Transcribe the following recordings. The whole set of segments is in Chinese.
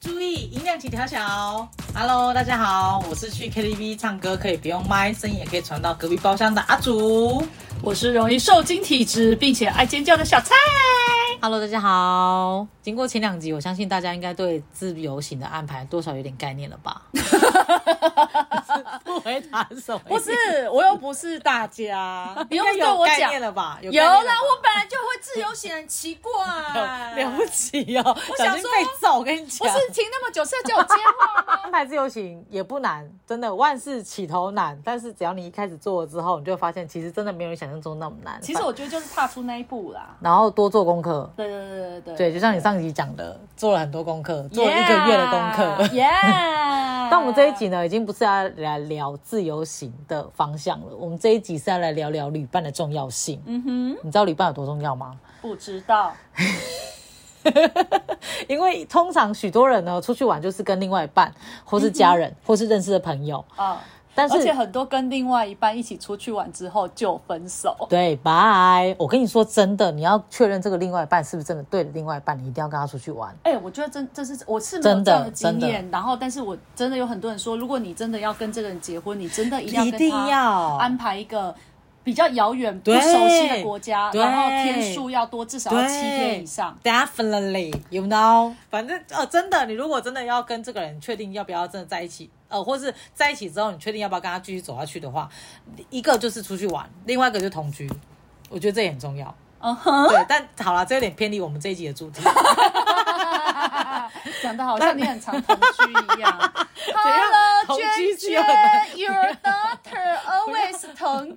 注意音量，请调小。Hello，大家好，我是去 KTV 唱歌可以不用麦，声音也可以传到隔壁包厢的阿竹。我是容易受惊体质并且爱尖叫的小蔡。 Hello，大家好。经过前两集，我相信大家应该对自由行的安排多少有点概念了吧？ 不回答是什么意不思？是，我又不是大家， 不应用该对有我概讲念。了吧？有有了，啦，我本来就会自由行，很奇怪、 了不起哦，我小想心说被揍，我跟你不讲。是停那么久是要叫我接话吗？ 安排自由行也不难，真的万事起头难，但是只要你一开始做了之后，你就会发现其实真的没有你想象中那么难。其实我觉得就是踏出那一步啦。然后多做功课，对对对对对，就像你上集讲的，做了很多功课，做了一个月的功课。 耶、yeah, 但我们这一集呢，已经不是要来聊自由行的方向了，我们这一集是要来聊聊旅伴的重要性。嗯哼，你知道旅伴有多重要吗？ 不知道。因为通常许多人呢出去玩就是跟另外一半，或是家人，或是认识的朋友，啊、但是而且很多跟另外一半一起出去玩之后就分手。对，拜！我跟你说真的，你要确认这个另外一半是不是真的对的另外一半，你一定要跟他出去玩。哎、我觉得真这是我是没有真的这样的经真验，然后但是我真的有很多人说，如果你真的要跟这个人结婚，你真的一定要一跟定他要安排一个比较遥远、不对熟悉的国家，对然后天数要多，至少要七天 以上。 ，definitely，you know。反正呃，真的，你如果真的要跟这个人确定要不要真的在一起，呃，或是在一起之后你确定要不要跟他继续走下去的话，一个就是出去玩，另外一个就同居，我觉得这也很重要。嗯哼，对，但好了，这有点偏离我们这一集的主题。讲的好像你很常同居 一样。同 Hello，居娟是有很娟，Your daughter always 同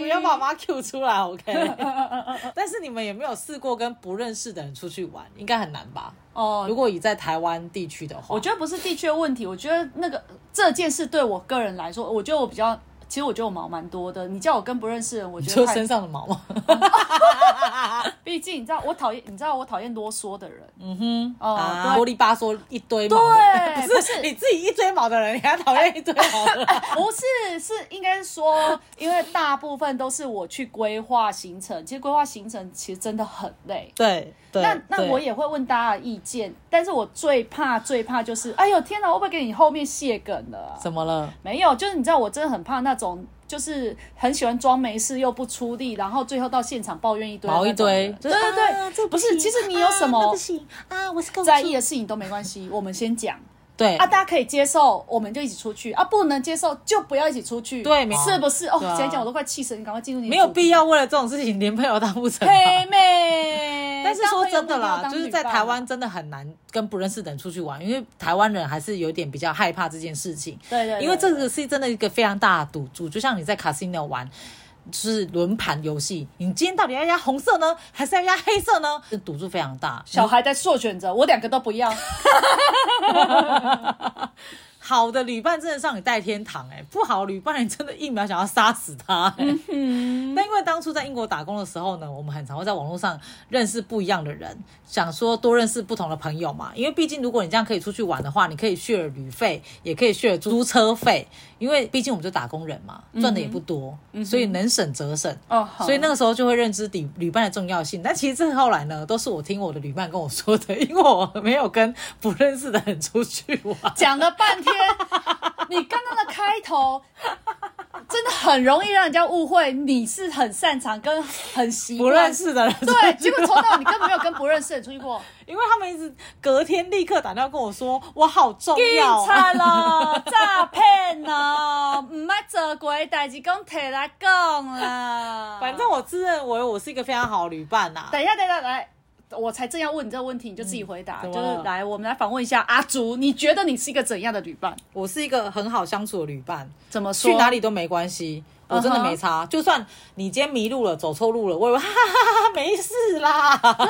不要把妈 Q 出来，OK？但是你们也没有试过跟不认识的人出去玩，应该很难吧？哦如。果以在台湾地区的话，我觉得不是地区的问题，我觉得那个这件事对我个人来说，我觉得我比较，其实我觉得我毛蛮多的。你叫我跟不认识的人，我你觉说得太身上的毛吗？毕竟你知道我讨厌，你知道我讨厌啰嗦的人。嗯哼，哦啊， 对啰里吧嗦一堆毛的，对不不是是你自己一堆毛的人，你还讨厌一堆毛的 人不是，是应该是说，因为大部分都是我去规划行程，其实规划行程其实真的很累。对对那那对我也会问大家的意见，但是我最怕最怕就是，哎呦天哪，会不会给你后面卸梗了、啊？怎么了？没有，就是你知道，我真的很怕那种，就是很喜欢装没事又不出力，然后最后到现场抱怨一堆毛一堆啊那种人对对对，不是，其实你有什么行啊，我是公在意的事情都没关系，我们先讲。对啊，大家可以接受，我们就一起出去啊；不能接受就不要一起出去。对没是不是？哦，对啊讲一讲我都快气死，你赶快进入你的没有主题必。要为了这种事情连朋友当不成吧。嘿 妹，但是说真的啦，当就朋是友不一定要在当台旅伴啊，湾真的很难跟不认识的人出去玩，因为台湾人还是有点比较害怕这件事情。对对对因为这个是真的一个非常大的赌注，就像你在 casino 玩。就是轮盘游戏，你今天到底要压红色呢，还是要压黑色呢？这赌注非常大。小孩在做选择，我两个都不要。好的旅伴真的让你带天堂、哎，不好的旅伴你真的一秒想要杀死他、哎那因为当初在英国打工的时候呢，我们很常会在网络上认识不一样的人，想说多认识不同的朋友嘛。因为毕竟如果你这样可以出去玩的话，你可以 share 旅费，也可以 share 租车费，因为毕竟我们就打工人嘛，赚的也不多，所以能省则省。哦，好所以那个时候就会认知旅旅伴的重要性，但其实这后来呢，都是我听我的旅伴跟我说的，因为我没有跟不认识的人出去玩。讲了半天，你刚刚的开头真的很容易让人家误会你是很擅长跟很习不惯认。识的人，对，结果从头你根本没有跟不认识的人出去过，因为他们一直隔天立刻打电话跟我说，我好重要、 警啊。察咯，诈骗咯，唔捌做过的代志，讲摕来讲啦。反正我自认为我是一个非常好的旅伴啊呐、等一下，等一下，来，我才正要问你这个问题，你就自己回答。嗯怎就么了是来，我们来访问一下阿竹，你觉得你是一个怎样的旅伴？我是一个很好相处的旅伴，怎么说？去哪里都没关系，我真的嗯哼没差。就算你今天迷路了，走错路了，我以 为哈哈哈哈没事啦，嗯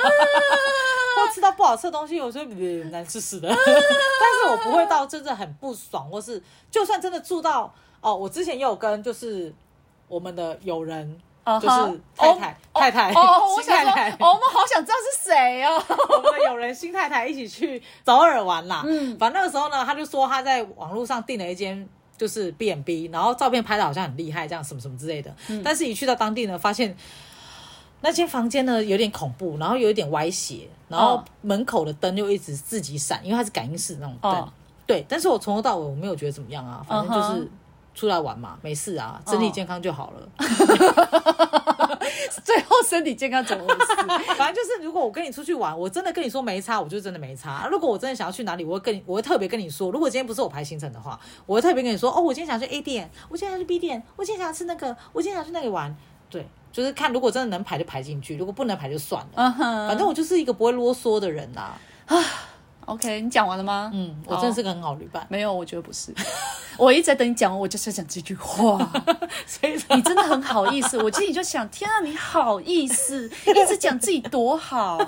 或吃到不好吃的东西，我说嗯难吃死的。 但是我不会到真的很不爽，或是就算真的住到哦，我之前也有跟就是我们的友人。嗯就是哼太太、哦太太、哦，我新太想说，太哦，我们好想知道是谁哦。 我们的友人新太太一起去首尔玩啦。嗯，反正那个时候呢，他就说他在网络上订了一间。就是 B n 嗯 B，然后照片拍的好像很厉害，这样什么什么之类的。但是一去到当地呢，发现那间房间呢有点恐怖，然后有一点歪斜，然后哦门口的灯又一直自己闪，因为它是感应式的那种灯。哦对，但是我从头到尾我没有觉得怎么样啊，反正就嗯是哼哦出来玩嘛，没事啊，身体健康就好了。最后身体健康怎么回事？ 反正就是，如果我跟你出去玩，我真的跟你说没差，我就真的没差。如果我真的想要去哪里，我会跟你，我会特别跟你说。如果今天不是我排行程的话，我会特别跟你说，哦，我今天想去 A 店，我今天想去 B 店，我今天想要吃那个，我今天想去那里玩。对，就是看如果真的能排就排进去，如果不能排就算了。嗯哼，反正我就是一个不会啰嗦的人啦、 OK，你讲完了吗？嗯，哦我真的好是个很好的旅伴，没有，我觉得不是。 我一直在等你讲完，我就是要讲这句话。所 以你真的很好意思，我心里就想，天啊，你好意思，一直讲自己多好。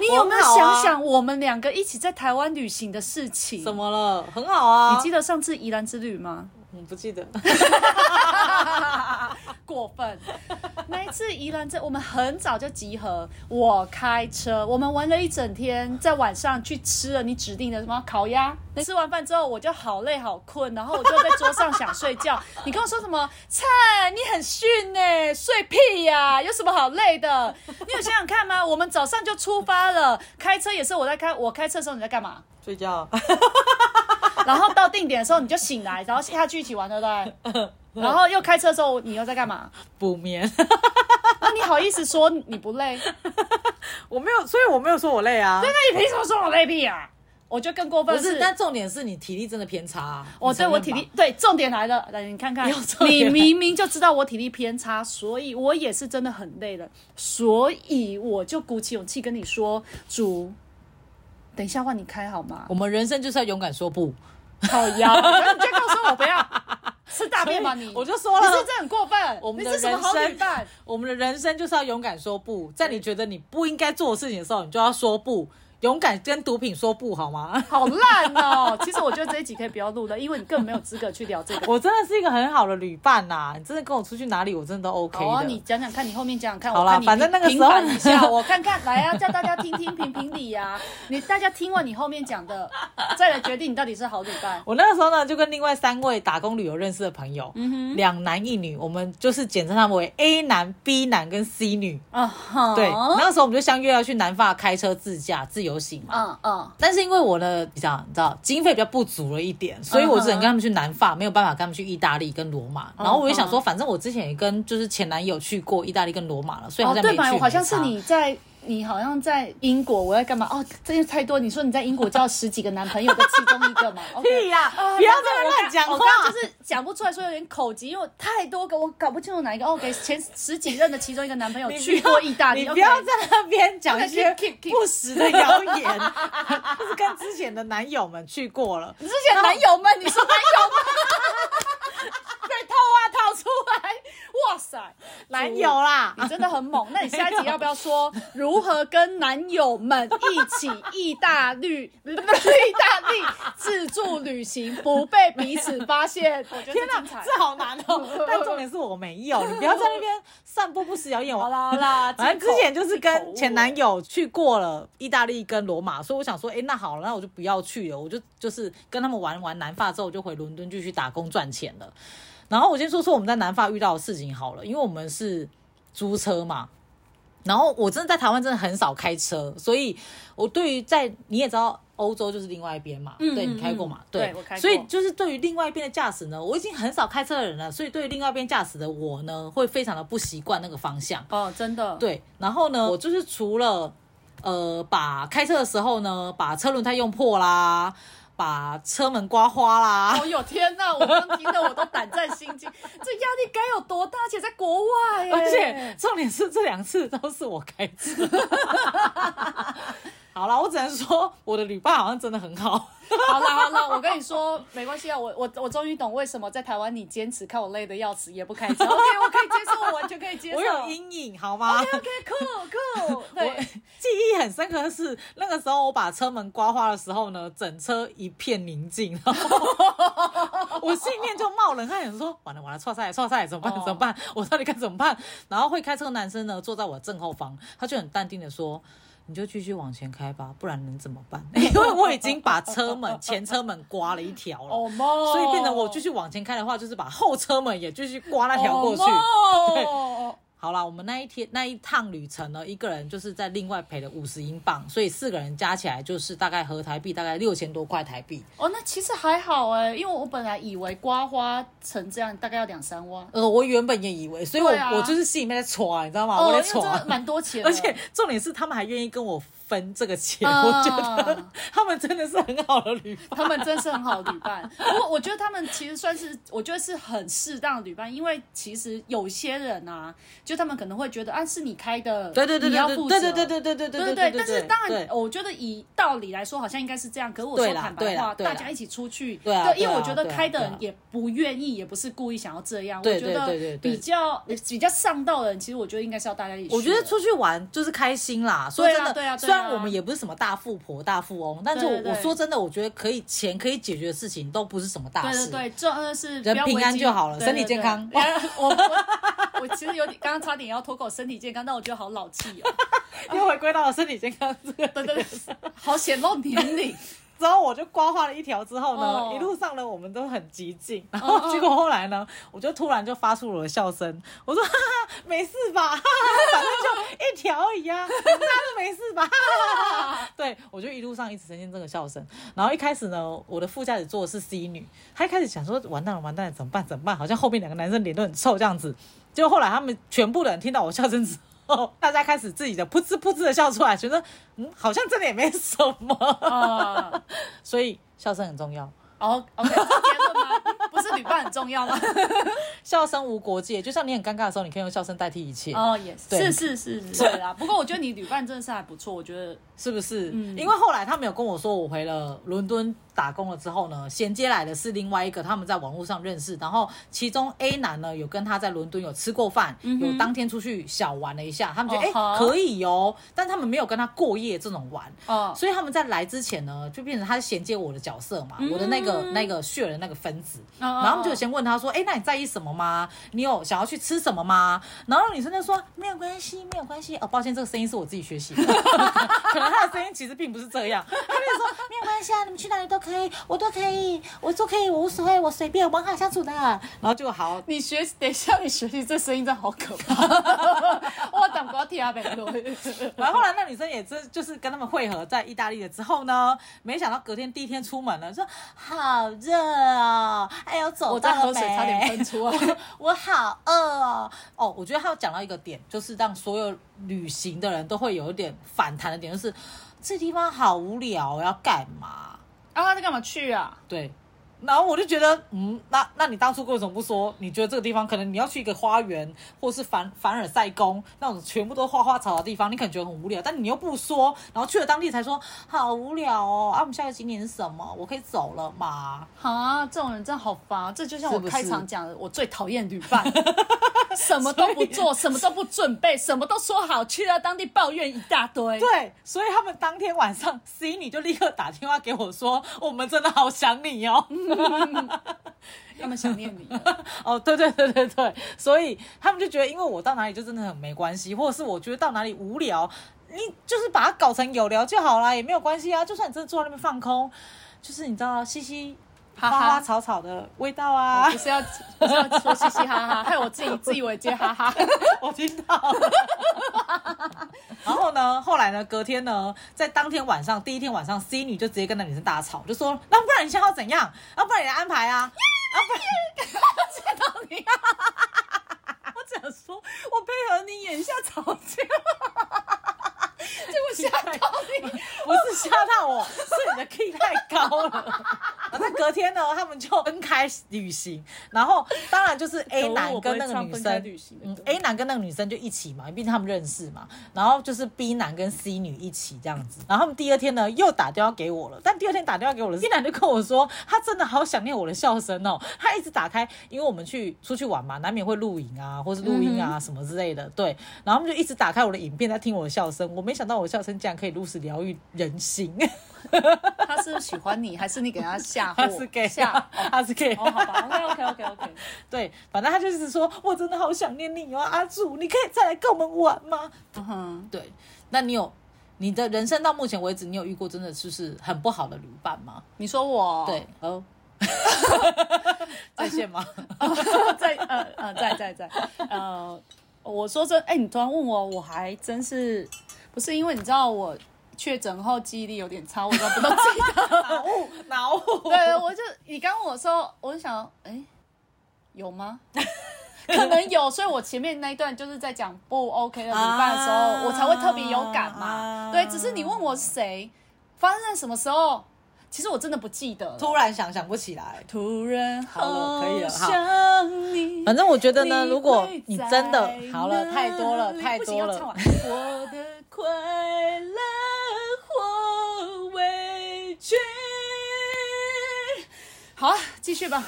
你有没有我很好啊想想我们两个一起在台湾旅行的事情？怎么了？很好啊。你记得上次宜兰之旅吗？我不记得？过分！ 那一次宜兰这，我们很早就集合，我开车，我们玩了一整天，在晚上去吃了你指定的什么烤鸭。吃完饭之后，我就好累好困，然后我就在桌上想睡觉。你跟我说什么？菜，你很逊呢、睡屁呀、有什么好累的？你有想想看吗？我们早上就出发了，开车也是我在开，我开车的时候你在干嘛？睡觉。然后到定点的时候你就醒来，然后下去一起玩，对不对？然后又开车的时候你又在干嘛？ 补眠，那你好意思说你不累？ 我没有，所以我没有说我累啊。那你凭什么说我累屁啊？我就更过分不是，但重点是你体力真的偏差、啊。我你对承我认体吧力对重点来了，来你看看有重，点你来明明就知道我体力偏差，所以我也是真的很累了，所以我就鼓起勇气跟你说，主，等一下换你开好吗我？们人生就是要勇敢说不。好呀，你就跟我说我不要吃大便吧你，我就说你是不了是，真的很过分，我们的你是什么人好女生伴？，我们的人生就是要勇敢说不。在你觉得你不应该做的事情的时候，你就要说不，勇敢跟毒品说不，好吗？ 好烂哦！其实我觉得这一集可以不要录了，因为你根本没有资格去聊这个。我真的是一个很好的旅伴呐、你真的跟我出去哪里，我真的都 OK 的。好啊，你讲讲看，你后面讲讲看，好我啦看你反正那个平时候反一下，我 看看，来啊，叫大家听听评评理呀、你大家听完你后面讲的，再来决定你到底是好旅伴。我那个时候呢，就跟另外三位打工旅游认识的朋友，两、男一女，我们就是简称他们为 A 男、B 男跟 C 女。啊哈，对，那个时候我们就相约要去南法开车自驾自由行嘛。嗯嗯，但是因为我的比较你知道经费比较不足了一点，所以我只能跟他们去南嗯法，没有办法跟他们去意大利跟罗马。然后我就想说，反正我之前也跟就是前男友去过意大利跟罗马了，所以好哦像没对去。嘛，我好像没是差 你在。你好像在英国，我在干嘛？哦，这些太多。你说你在英国交十几个男朋友的其中一 个嘛？OK，屁啦啊不要难怪这么乱讲话我刚我刚刚就是讲不出来，说有点口急，因为我太多个，我搞不清楚哪一个。OK，前十几任的其中一个男朋友 你不去要过意大利，你不 OK 要在那边讲一些 keep- keep- keep 不实的谣言，就是跟之前的男友们去过 了。你之前男友们，你说男友们， 被偷啊逃出来，哇塞，男友啦你，真的很猛。那你下一集要不要说如何跟男友们一起意大利 意大利自助旅行，不被彼此发 现？我觉得天哪，彩这好难哦！但重点是我没有，你不要在那边散播不实谣言。我好啦好啦，反正啊这口之前就是这口啊跟误前男友去过了意大利跟罗马，所以我想说，哎、那好了，那我就不要去了，我就就是跟他们玩完南法之后，我就回伦敦继续打工赚钱了。然后我先说说我们在南法遇到的事情好了，因为我们是租车嘛。然后我真的在台湾真的很少开车，所以我对于在你也知道欧洲就是另外一边嘛，嗯对嗯你开过嘛，嗯对对我开过所以就是对于另外一边的驾驶呢，我已经很少开车的人了，所以对于另外一边驾驶的我呢，会非常的不习惯那个方向。哦，真的，对，然后呢，我就是除了呃，把开车的时候呢，把车轮胎用破啦，把车门刮花啦，哦呦天哪！我刚听的我都胆战心惊，这压力该有多大？而且在国外耶， 而且重点是这两次都是我开车。好啦，我只能说我的旅伴好像真的很好。 好了好了，我跟你说，没关系啊，我我我终于懂为什么在台湾你坚持看我累得要死也不开 车。OK，我可以接受，我完全可以接受。我有阴影好吗 OK cool cool，我对，记忆很深刻的是，那个时候我把车门刮花的时候呢，整车一片宁静，然后我心里面就冒冷汗，想说完了完了，错赛错赛，怎么办哦怎么办？我到底该怎么办？然后会开车的男生呢，坐在我正后方，他就很淡定的说。你就继续往前开吧，不然能怎么办？因为我已经把车门前车门刮了一条了，哦莫，所以变成我继续往前开的话，就是把后车门也继续刮那条过去。哦，好啦，我们那一天那一趟旅程呢，一个人就是在另外赔了五十英镑，所以四个人加起来就是大概合台币大概六千多块台币。哦，那其实还好哎，因为我本来以为刮花成这样大概要两三万，呃，我原本也以为，所以我、对啊我就是心里面在戳，你知道吗？哦，因我为在戳真，的蛮多钱 的，而且重点是他们还愿意跟我分这个钱，啊我觉得他们真的是很好的旅伴。他们真是很好的旅伴。不过我觉得他们其实算是，我觉得是很适当的旅伴，因为其实有些人啊，就他们可能会觉得啊，是你开的，对对对你对要对负对责，对对对对对对对对对但是当然，我觉得以道理来说，好像应该是这样。可是我说对啦坦白话，对啦对大啦家一起出去，对啊因对为啊我觉得对啊开的人对啊也不愿意，也不是故意想要这样。我对觉对对得对对比较比较上道的人，其实我觉得应该是要大家一起去的。我觉得出去玩就是开心啦，说对啊真的，对啊对虽然啊我们也不是什么大富婆、大富翁，但是我对对对我说真的，我觉得可以钱可以解决的事情都不是什么大对对事。对，这呃是人不要平危安机就好了对身体对健对康我我我其实有点刚刚差点要脱口身体健康，但我觉得好老气哦。又回归到了身体健康这个。对对，对好显露年龄。之后我就刮花了一条之后呢，哦一路上呢我们都很激进，然哦后哦结果后来呢，我就突然就发出了我的笑声，我说哈哈没事吧，哈哈反正就一条而已啊，那就没事吧，哈哈哈哈。对我就一路上一直呈现这个笑声，然后一开始呢，我的副驾驶坐的是 C 女，她一开始想说完蛋了完蛋了怎么办怎么办，好像后面两个男生脸都很臭这样子，结果后来他们全部的人听到我笑声之后。大家开始自己的噗嗤噗嗤的笑出来，觉得嗯，好像真的也没什么。啊，所以笑声很重要，哦，OK，这是结论吗？不是旅伴很重要吗？笑声无国界，就像你很尴尬的时候，你可以用笑声代替一切，哦，也是，对是是是，对啦。不过我觉得你旅伴真的是还不错，我觉得是不是？嗯因为后来他没有跟我说，我回了伦敦打工了之后呢，衔接来的是另外一个他们在网络上认识，然后其中 A 男呢有跟他在伦敦有吃过饭，有当天出去小玩了一下，他们觉得嗯哦哎、好可以哦，但他们没有跟他过夜这种玩，哦，所以他们在来之前呢，就变成他衔接我的角色嘛，嗯我的那个那个血的那个分子。哦然后他们就有先问他说：“哎、那你在意什么吗？你有想要去吃什么吗？”然后女生就说：“没有关系，没有关系。”哦，抱歉，这个声音是我自己学 习的，可能他的声音其实并不是这样。他就说：“没有关系啊，你们去哪里都可以，我都可以，我都可以，我无所谓，我随便，我们很好相处的。”然后就好，你学，等一下你学习这声音真的好可怕， 我等不到听阿北 多。然后后来那女生也真就是跟他们会合在意大利了之后呢，没想到隔天第一天出门了，说好热哦，哎呦走我到在了喝水差点没喷出来。 我好饿哦！哦，我觉得他有讲到一个点，就是让所有旅行的人都会有一点反弹的点，就是这地方好无聊，我要干嘛？啊，他在干嘛去啊？对，然后我就觉得，嗯，那那你当初为什么不说？你觉得这个地方可能你要去一个花园，或是凡凡尔赛宫那种全部都花花草草的地方，你可能觉得很无聊，但你又不说，然后去了当地才说好无聊哦。啊，我们下个景点是什么？我可以走了吗？啊，这种人真的好烦、啊！这就像我是不是开场讲的，我最讨厌旅 伴，什么都不做，什么都不准备，什么都说好，去了当地抱怨一大 堆。对，所以他们当天晚上 C 你就立刻打电话给我说，我们真的好想你哦。嗯他们想念你了，哦，对对对对对，所以他们就觉得，因为我到哪里就真的很没关系，或者是我觉得到哪里无聊，你就是把它搞成有聊就好啦，也没有关系啊。就算你真的坐在那边放空，就是你知道嘻嘻。哈花哈哦花草草的味道啊我不！是要不是要说嘻嘻哈哈，害我自己自以为接 哈哈。我听到了。然后呢，后来呢，隔天呢，在当天晚上，第一天晚上，C 女就直接跟那女生大吵，就说：“那不然你想要怎样？要不然你来安排啊！啊不然 见到你、啊，我想说，我配合你演一下吵架，结果吓到你。不是吓到我，是你的 key 太高 了。那隔天呢，他们就分开旅行，然后当然就是 A 哎男跟那个女哎可恶我不会唱分开生旅行的嗯歌，A 男跟那个女生就一起嘛，毕竟他们认识嘛。然后就是 B 男跟 C 女一起这样子。然后他们第二天呢又打电话给我了，但第二天打电话给我了，B 男就跟我说他真的好想念我的笑声哦，他一直打开，因为我们去出去玩嘛，难免会录影啊，或是录音嗯啊什么之类的，对。然后他们就一直打开我的影片在听我的笑声，我没想到我的笑声竟然可以如此疗愈人心。他是喜欢你，还是你给他吓唬？ 他是 gay，吓？他是 gay，哦，好吧，OK OK OK OK。 对，反正他就是说，我真的好想念你哦，阿祖，你可以再来跟我们玩吗？嗯哼，对，那你有你的人生到目前为止，你有遇过真的就是很不好的旅伴吗？你说我对，哦，在线吗？ 在呃呃在在在呃，我说真，哎、你突然问我，我还真是不是因为你知道我确诊后记忆力有点差，我都不都记得。脑雾，脑雾， 对，我就你刚问我说，我就想，哎、有吗？ 可能有，所以我前面那一段就是在讲不 OK 的旅伴的时候，啊我才会特别有感嘛。啊对，只是你问我是谁，发生在什么时候，其实我真的不记得了。突然想想不起来。突然好了可以了好想你。反正我觉得你呢，会如果你在真的好了，哪太多了，里太多。不行要唱了完我的快乐或委屈。好啊，继续吧。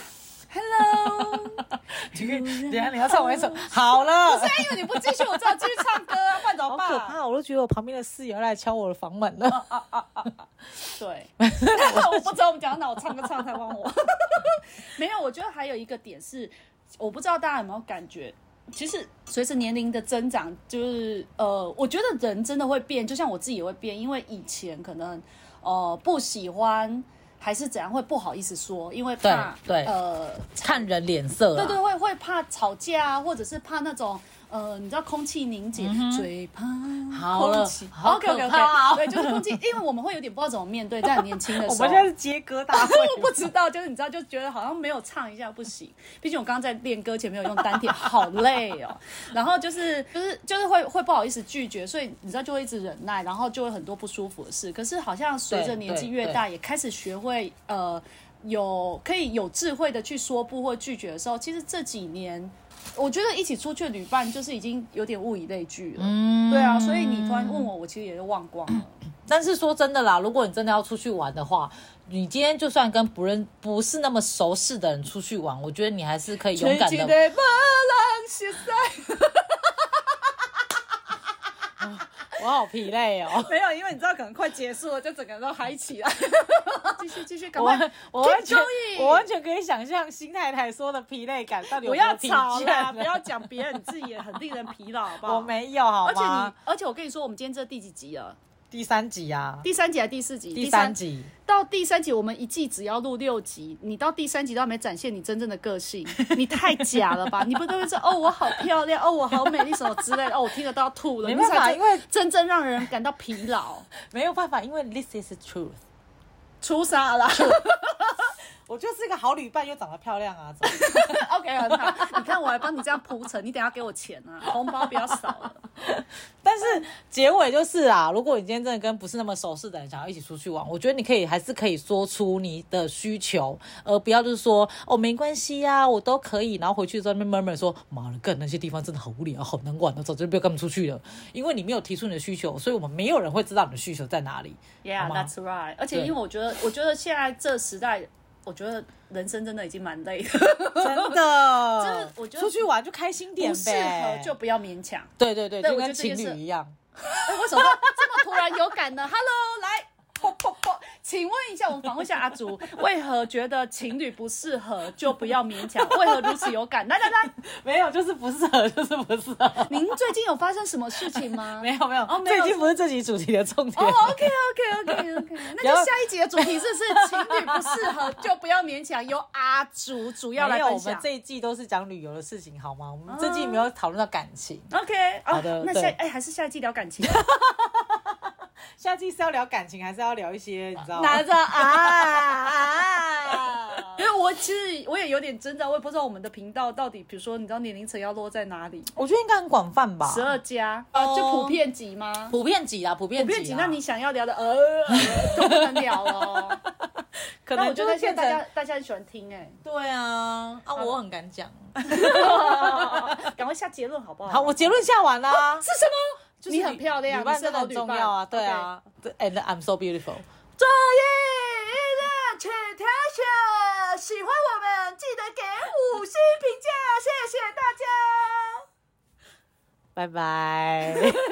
Hello， 你可以。等一下你要唱完一首，好了，但因为哎你不啊继续，我只好继续唱歌啊，不然怎好么办？可怕！我都觉得我旁边的室友要来敲我的房门了。 对， 我不知道我们讲到哪，我唱歌唱太忘我。 没有，我觉得还有一个点是，我不知道大家有没有感觉，其实随着年龄的增长，就是呃，我觉得人真的会变，就像我自己也会变，因为以前可能呃不喜欢还是怎样，会不好意思说，因为怕对对呃看人脸色啊啦，对对，会会怕吵架啊，或者是怕那种呃，你知道空气凝结，最怕嗯好了空气。好 OK OK 可怕 OK，哦对，就是空气，因为我们会有点不知道怎么面对，在很年轻的时 我候。们现在是接歌大 会 ，不知道，就是你知道，就觉得好像没有唱一下不行。毕竟我刚刚在练歌前没有用丹田，好累哦。 然后就是就是就是会会不好意思拒绝，所以你知道就会一直忍耐，然后就会很多不舒服的事。可是好像随着对年纪对越大，也开始学会呃有可以有智慧的去说不或拒绝的时候，其实这几年。我觉得一起出去旅伴就是已经有点物以类聚了，嗯，对啊，所以你突然问我，我其实也就忘光了。嗯但是说真的啦，如果你真的要出去玩的话，你今天就算跟不认不是那么熟识的人出去玩，我觉得你还是可以勇敢纯洁的。巴郎是谁我好疲累哦，没有，因为你知道，可能快结束了，就整个人都嗨起来。继续 继续，赶我快完！我完全听综艺我完全可以想象新太太说的疲累感到底有多不要疲吵倦。啦，不要讲别人，你自己也很令人疲劳，好不 好？我。没有好而且你吗？，而且我跟你说，我们今天这第几集了？第三集啊，第三集还是第四集？第三集，到第三集，我们一季只要录六集，你到第三集都还没展现你真正的个性， 你太假了吧？你不都会说哦，我好漂亮，哦，我好美丽什么之类的，哦，我听得都要 吐了。没办法你才真因为真正让人感到疲劳，没有办法，因为 this is truth。 出痧啦。我就是一个好旅伴，又长得漂亮啊，怎么 OK，很好。你看，我还帮你这样铺陈，你等下给我钱啊，红包不要少了。但是结尾就是啊，如果你今天真的跟不是那么熟识的人想要一起出去玩，我觉得你可以还是可以说出你的需求，而不要就是说哦没关系呀、我都可以，然后回去在那边 murmur 说妈了，干那些地方真的好无聊，好难玩啊，早就不要跟他们出去了，因为你没有提出你的需求，所以我们没有人会知道你的需求在哪里。 Yeah, 好吗 that's right。而且对因为我觉得，我觉得现在这时代，我觉得人生真的已经蛮累的， 真的，就是我觉得出去玩就开心点不适合呗，就不要勉强。对对对，对就我觉跟得这情件事侣一样。哎为什么这么突然有感呢？Hello，来。啵啵啵请问一下，我们访问一下阿竹，为何觉得情侣不适合就不要勉强？为何如此有感？来来来，没有，就是不适合，就是不适 合。您最近有发生什么事情吗？没有没有，哦没有这已经不是这集主题的重点哦了。 ，OK OK OK OK，那 就下一集的主题是不是情侣不适合就不要勉强，由阿竹主要没来有，分我们享。这一季都是讲旅游的事情，好吗？我们这季没有讨论到感情， OK，哦好的那对下哎还是下一季聊感情，下季是要聊感情，还是要聊一些你知道吗？拿着啊啊！因为我其实我也有点挣扎，我也不知道我们的频道到底，比如说你知道年龄层要落在哪里， 我觉得应该很广泛吧，十二加哦啊，就普遍级吗？普遍级啊啦，普遍普遍级，啦那你想要聊的呃呃都不能聊哦。 可那能我觉就得会现变在大家成大家很喜欢听 哎， 对啊啊，我很敢讲。赶快下结论好不好？好，我结论下完啦。是什么？就是你很漂亮，旅伴你是真的好很旅重伴要啊，对。啊。And I'm so beautiful。作业一日请调选，喜欢我们记得给五星评价，谢谢大家。 拜拜。